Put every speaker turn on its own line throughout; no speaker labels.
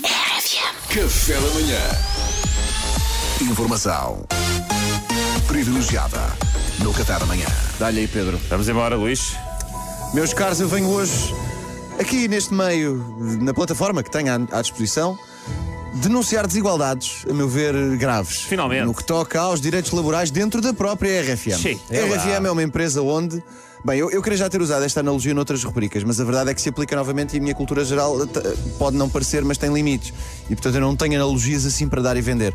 FM.
Café da manhã. Informação privilegiada no Café da manhã.
Dá-lhe aí, Pedro.
Vamos embora, Luís.
Meus caros, eu venho hoje aqui neste meio, na plataforma que tenho à, à disposição, denunciar desigualdades, a meu ver, graves.
Finalmente.
No que toca aos direitos laborais dentro da própria RFM.
Sim.
A RFM é uma empresa onde. Bem, eu, eu queria já ter usado esta analogia noutras rubricas, mas a verdade é que se aplica novamente e a minha cultura geral eh, t- pode não parecer, mas tem limites. E portanto eu não tenho analogias assim para dar e vender.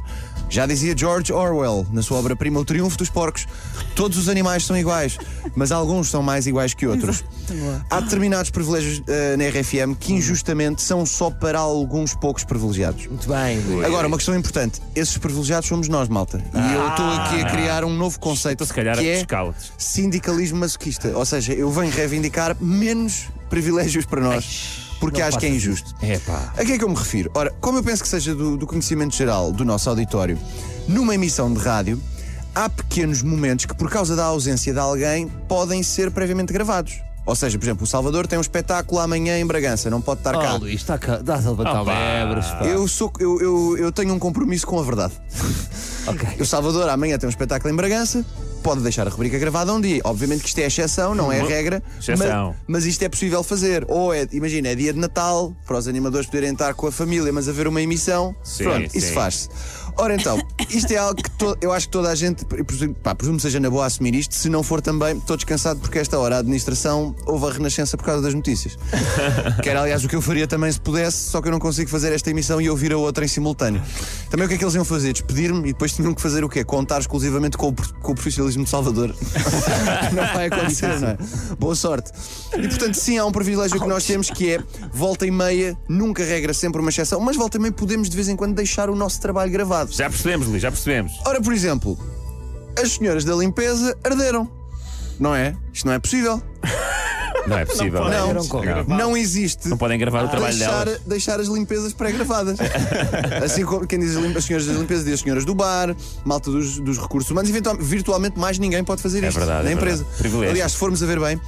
Já dizia George Orwell, na sua obra-prima O Triunfo dos Porcos: todos os animais são iguais, mas alguns são mais iguais que outros. Há determinados privilégios eh, na RFM que injustamente são só para alguns poucos privilegiados.
Muito bem, Luís.
Agora, uma questão importante: esses privilegiados somos nós, malta. E eu estou aqui a criar um novo conceito.
Se calhar Ah. a
que é
pescá-los.
sindicalismo masoquista. Ou seja, eu venho reivindicar menos privilégios para nós, porque acho que é injusto.
É pá.
A que é que eu me refiro? Ora, como eu penso que seja do, do conhecimento geral do nosso auditório, numa emissão de rádio, há pequenos momentos que, por causa da ausência de alguém, podem ser previamente gravados. Ou seja, por exemplo, o Salvador tem um espetáculo amanhã em Bragança, não pode estar cá.
Oh, Luís, está cá. Dá-se a levantar
Opa.
É
lebres, pá.
Eu, sou, eu, eu, eu tenho um compromisso com a verdade.
Ok.
O Salvador amanhã tem um espetáculo em Bragança, pode deixar a rubrica gravada um dia. Obviamente que isto é exceção, não é
Uma
regra.
exceção.
Mas, mas isto é possível fazer. Ou é, imagina, é dia de Natal, para os animadores poderem estar com a família, mas haver uma emissão.
Sim,
pronto, isso
sim.
faz-se. Ora então, isto é algo que to- eu acho que toda a gente, eu presumo, pá, presumo que seja na boa assumir isto, se não for também, estou descansado porque esta hora a administração houve a renascença por causa das notícias. Que era, aliás, o que eu faria também se pudesse, só que eu não consigo fazer esta emissão e ouvir a outra em simultâneo. Também o que é que eles iam fazer? Despedir-me e depois tinham que fazer o quê? Contar exclusivamente com o, pro- com o profissionalismo de Salvador. não vai acontecer, não é? Boa sorte. E portanto, sim, há um privilégio que nós temos que é volta e meia, nunca regra sempre uma exceção, mas volta e meia podemos de vez em quando deixar o nosso trabalho gravado.
Já percebemos, Luís, já percebemos.
Ora, por exemplo, as senhoras da limpeza arderam. Não é? Isto não é possível.
Não é possível.
Não,
Arderam como?
não existe
Não podem gravar o trabalho
deixar,
delas.
deixar as limpezas pré-gravadas. assim como quem diz as lim- as senhoras das limpezas diz as senhoras do bar, malta dos, dos recursos humanos, eventual- virtualmente mais ninguém pode fazer
É
isto
verdade,
na
é
empresa.
verdade. Privilégio.
Aliás, se formos a ver bem.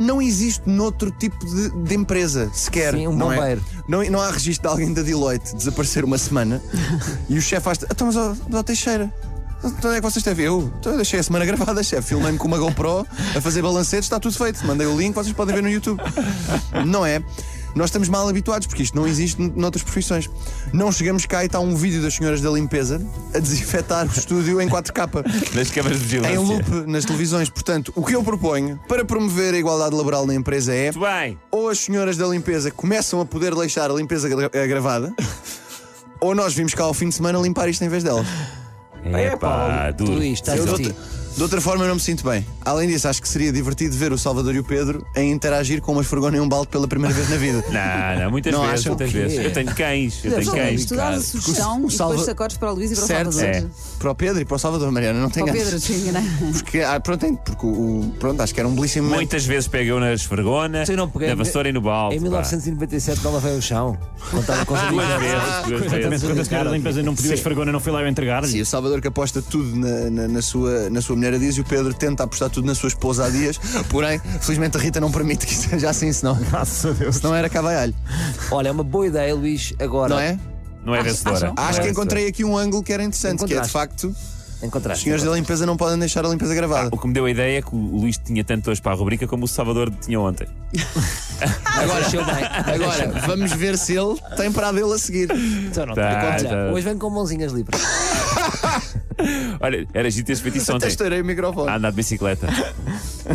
Não existe noutro tipo de, de empresa sequer.
Sim, um
não é?
bombeiro.
Não, não há registro de alguém da Deloitte desaparecer uma semana e o chefe faz. Então, mas ó, ó, Teixeira, então onde é que vocês esteve? Eu, então, eu deixei a semana gravada, chefe. Filmei-me com uma GoPro a fazer balancetes, está tudo feito. Mandei o link, vocês podem ver no YouTube. Não é? Nós estamos mal habituados porque isto não existe n- noutras profissões. Não chegamos cá e está um vídeo das senhoras da limpeza a desinfetar o estúdio em 4K
Das câmaras de
em um
vigilância.
loop nas televisões. Portanto, o que eu proponho para promover a igualdade laboral na empresa é
Muito bem.
ou as senhoras da limpeza começam a poder deixar a limpeza gra- eh, gravada, ou nós vimos cá ao fim de semana limpar isto em vez delas.
É pá, duro.
Luís, está
Eu, de,
a
outra, de outra forma, eu não me sinto bem. Além disso, acho que seria divertido ver o Salvador e o Pedro a interagir com uma esfregona e um balde pela primeira vez na vida.
Não, não, muitas
Não
vezes,
acham
muitas
que-
vezes. Eu tenho cães, eu tenho
Não,
cães. É.
tu dás a
claro.
sugestão
o
e
Salva-
depois sacodes para o Luís e para o
Certo.
Salvador.
É.
Para o Pedro e para o Salvador, Mariana, não tem
Para o
nada.
Pedro, é? te enganei.
Porque, ah, pronto, tem- porque o, o- pronto, acho que era um belíssimo momento.
Muitas vezes pego eu na esfregona,
Sim, não, peguei
na
em-
vassoura e no balde.
Em
pá.
1997 ela veio ao chão. Contava com os
Duas
Ah,
vezes, duas vezes.
Quando a senhora da limpeza não pediu a esfregona, não fui lá eu
Sim,
entregar-lhe.
o Salvador que aposta tudo na, na- na sua, na sua mulher a dias e o Pedro tenta apostar tudo na sua esposa há dias, porém, felizmente a Rita não permite que isso seja assim, senão,
Graças a Deus.
senão era cavalho,
Olha, é uma boa ideia, Luís, agora.
não é?
Não é vencedora.
acham?
Acho que encontrei aqui um ângulo que era interessante, que é de
Encontraste.
facto, os
Encontraste.
senhores da limpeza não podem deixar a limpeza gravada.
O que me deu a ideia é que o Luís tinha tanto hoje para a rubrica como o Salvador tinha ontem.
Agora, deixou bem.
Agora, vamos ver se ele tem para a dele a seguir.
Então, Ah. não,
Tá,
tá, tá.
tá.
Hoje vem com mãozinhas livres.
Olha, era giro teres feito isso
Até
ontem.
estourei o microfone.
A andar de bicicleta.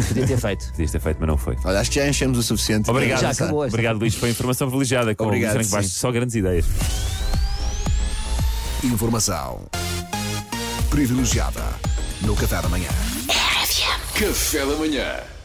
Podia ter feito.
Podias ter feito, mas não foi.
Olha, acho que já enchemos o suficiente.
Obrigado.
Já acabou esta.
Obrigado, Luís. Foi informação privilegiada com
Obrigado,
o Luís Franco Bastos.
sim.
Só grandes ideias.
Informação privilegiada no Café da manhã.
RFM.
Café da manhã.